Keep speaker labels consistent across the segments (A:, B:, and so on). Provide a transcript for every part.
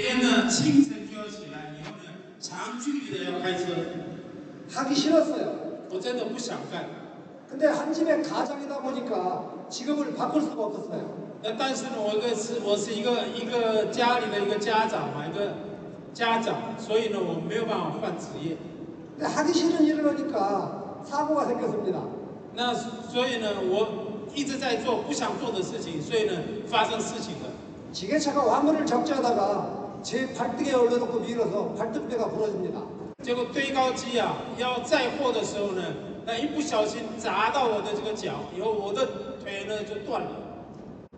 A: 얘는 생생교 시간 이거는 장주입니다 역할에서
B: 하기 싫었어요.
A: 어쨌든 무시 안 가.
B: 근데 한 집에 가장이다 보니까 직업을 바꿀 수가 없었어요.
A: 那但是呢，我一个是我是一个一个家里的一个家长嘛，一个家长，所以呢，我没有办法换职业。
B: 근데 하기 싫은 일을 하니까 사고가 생겼습니다.
A: 那所以呢，我一直在做不想做的事情，所以呢，发生事情了。
B: 지게차가 화물을 적재하다가 제 발등에 올려놓고 밀어서 발등뼈가 부러집니다.
A: 结果堆高机啊要载货的时候呢，那一不小心砸到我的这个脚，以后我的腿呢就断了。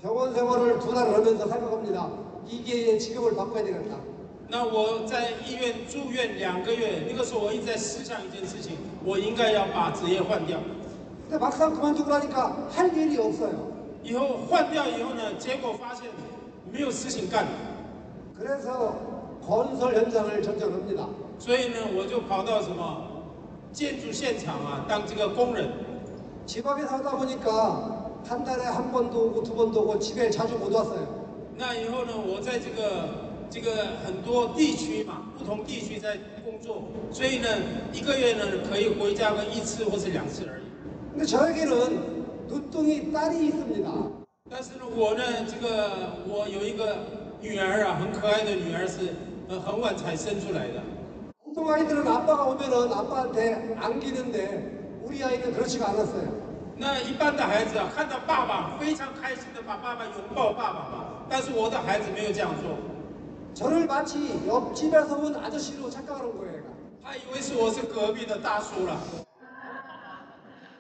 B: 병원 생활을 두 달 하면서 생각합니다. 이게 직업을 바꿔야 되겠다.
A: 那我在医院住院两个月，那个时候我一直在思想一件事情，我应该要把职业换掉。
B: 근데 막상 그만두고 나니까 할 일이 없어요.
A: 以后换掉以后呢，结果发现没有事情干，
B: 그래서 건설 현장을 전전합니다.
A: 所以呢，我就跑到什么建筑现场啊，当这个工人。
B: 집 앞에 살다 보니까 한 달에 한 번도 오고 두 번도 오고 집에 자주 못 왔어요.
A: 那以后呢，我在这个这个很多地区嘛，不同地区在工作，所以呢，一个月呢可以回家个一次或是两次而已。
B: 근데 저에게는 눈둥이 딸이 있습니다.
A: 但是呢，我呢，这个我有一个女儿啊，很可爱的女儿是呃很晚才生出来的。
B: 보통 아이들은 아빠가 오면은 아빠한테 안기는데 우리 아이는 그렇지가 않았어요.
A: 那一般的孩子啊，看到爸爸非常开心的把爸爸拥抱爸爸嘛，但是我的孩子没有这样做，
B: 저를 마치 옆집에서 온 아저씨로 착각하는 거예요.
A: 他以为是我是隔壁的大叔了。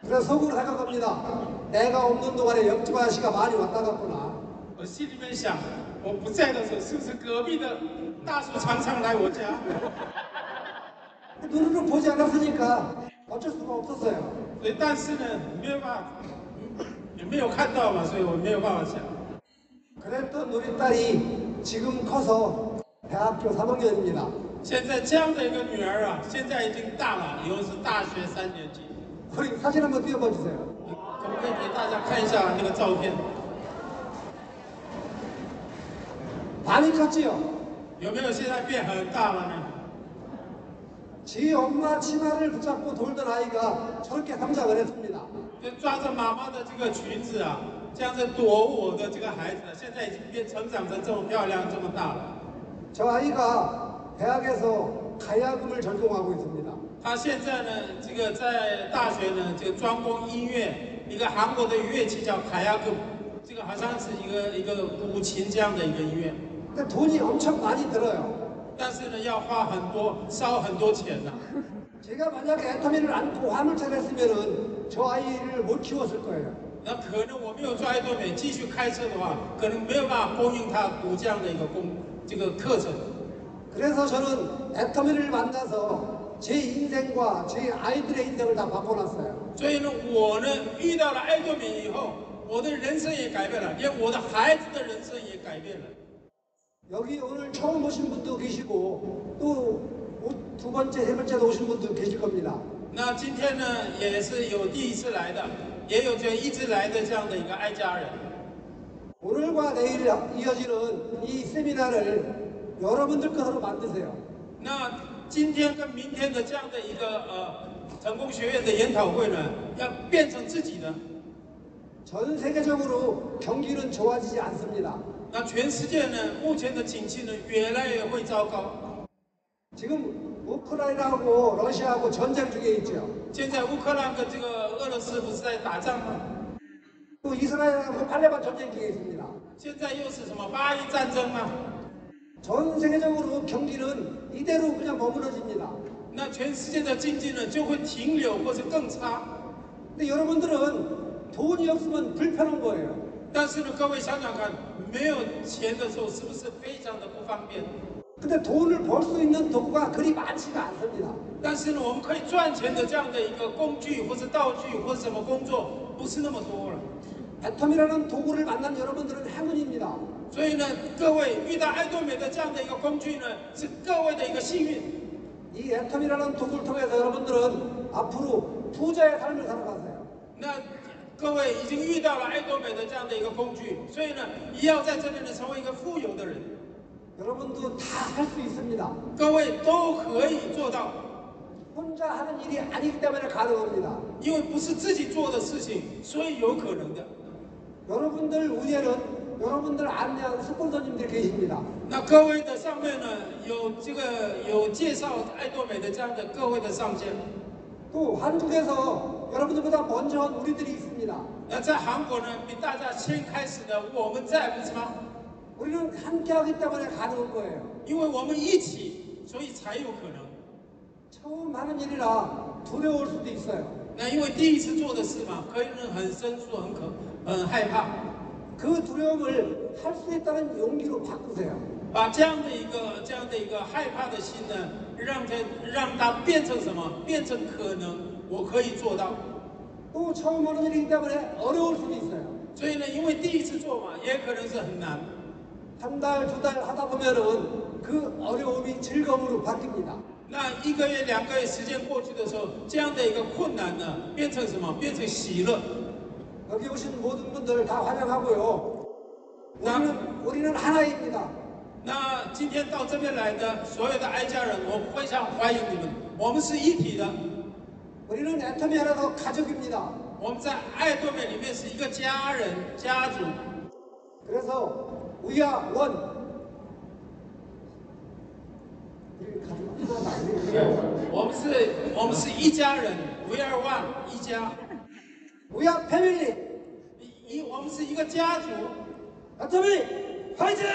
B: 그래서 속으로 생각합니다. 내가 없는 동안에 옆집 아저씨가 많이 왔다 갔구나.
A: 我心里面想，我不在的时候，是不是隔壁的大叔常常来我家？
B: 눈으로 보지 않았으니까 어쩔 수가 없었어요.
A: 所以，但是呢，没有办法，也没有看到嘛，所以我没有办法想。
B: 그랬던 우리 딸이 지금 커서 대학교 3학년입니다.
A: 现在这样的一个女儿啊，现在已经大了，以后是大学三年级。
B: 우리 사진 한번 띄워봐 주세요.
A: 可不可以给大家看一下那个照片？
B: 많이 컸지요?
A: 有没有现在变很大了呢？
B: 지 엄마 치마를 붙잡고 돌던 아이가 저렇게 성장을 했습니다.
A: 就抓着妈妈的这个裙子啊，这样子躲我的这个孩子，现在已经变成长成这么漂亮，这么大了。
B: 저 아이가 대학에서 가야금을 전공하고 있습니다.
A: 他现在呢，这个在大学呢，这个专攻音乐，一个韩国的乐器叫卡亚克，这个好像是一个一个古琴这样的一个音乐，
B: 근데 돈이 엄청 많이 들어요.
A: 但是呢，要花很多，烧很多钱呢、
B: 제가 만약에 에타민을 안고 화물차를 했으면은 저 아이를 못 키웠을 거예요.
A: 那可能我没有抓一多美继续开车的话，可能没有办法供应他读这样的一个工这个课程。
B: 그래서 저는 에타민을 만나서 제 인생과 제 아이들의 인생을 다 바꿔놨어요.
A: 所以呢，我呢遇到了艾多美以后，我的人生也改变了，连我的孩子的人生也改变了。
B: 여기 오늘 처음 오신 분도 계시고 또 두 번째, 세 번째도 오신 분도 계실 겁니다.
A: 那今天呢，也是有第一次来的，也有这一直来的这样的一个爱呃家人。
B: 오늘과 내일 이어지는 이 세미나를 여러분들 것으로 만드세요.
A: 那今天跟明天的这样的一个呃成功学院的研讨会呢，要变成自己的。
B: 전 세계적으로 경기는 좋아지지 않습니다.
A: 那全世界呢，目前的景气呢，越来越会糟糕。
B: 지금 우크라이나하고 러시아하고 전쟁 중에 있죠.
A: 现在乌克兰跟这个俄罗斯不是在打仗吗？
B: 또 이스라엘하고 팔레반 전쟁 중에 있습니다.
A: 现在又是什么巴以战争吗？
B: 전 세계적으로 경기는 이대로 그냥 머무러집니다.
A: 那全世界的经济呢，就会停留或是更差。
B: 근데 여러분들은 돈이 없으면 불편한 거예요.
A: 但是呢，各位想想看，没有钱的时候是不是非常的不方便？
B: 근데 돈을 벌 수 있는 도구가 그리 많지가 않습니다.
A: 但是呢，我们可以赚钱的这样的一个工具或是道具或是什么工作不是那么多了。
B: 애텀이라는 도구를 만난 여러분들은 행운입니다.
A: 所以呢，各位遇到爱多美的这样的一个工具呢，是各位的一个幸运。
B: 이 애텀이라는 도구를 통해서 여러분들은 앞으로 부자의 삶을 살아가세요.
A: 那各位已经遇到了爱多美的这样的一个工具，所以呢，也要在这边呢成为一个富有的人。
B: 여러분도 다 할 수 있습니다.
A: 各位都可以做到，
B: 혼자 하는 일이 아니기 때문에 가능합니다.
A: 因为不是自己做的事情，所以有可能的。
B: 여러분들 위에는 여러분들 안내한 스폰서님들이 계십니다.
A: 那各位的上面呢，有这个有介绍爱多美的这样的各位的上线，
B: 또 한국에서 여러분들보다 먼저 한 우리들이 있습니다.
A: 那在韩国呢，比大家先开始的我们在，不是吗？
B: 우리는 함께 하기 때문에 가능한 거예요.
A: 因为我们一起，所以才有可能。
B: 처음 하는 일이라 두려울 수도 있어요.
A: 那因为第一次做的事嘛，可能很生疏、很可、很害怕，
B: 그 두려움을 할 수 있다는 용기로 바꾸세요.
A: 把这样的一个这样的一个害怕的心呢，让它让它变成什么？变成可能，我可以做到。
B: 또 처음 하는 일이기 때문에 어려울 수도 있어요.
A: 所以呢，因为第一次做嘛，也可能是很难。
B: 한 달, 두 달 하다 보면은 그 어려움이 즐거움으로 바뀝니다.
A: 那一个月、两个月时间过去的时候，这样的一个困难呢，变成什么？变成喜乐。
B: 여기 오신 모든 분들 다 환영하고요. 우리는, 우리는 하나입니다.
A: 那今天到这边来的所有的哀家人，我非常欢迎你们。我们是一体的，
B: 우리는 애터미 하나 더 가족입니다.
A: 我们在爱多美里面是一个家人、家族。
B: 그래서 우야 원. 우리 가족 하나 아니에요.
A: 我们是，我们是一家人，We are one，一家。
B: 우야 패밀리.
A: 一，一我们是一个家族。
B: 애터미 파이팅!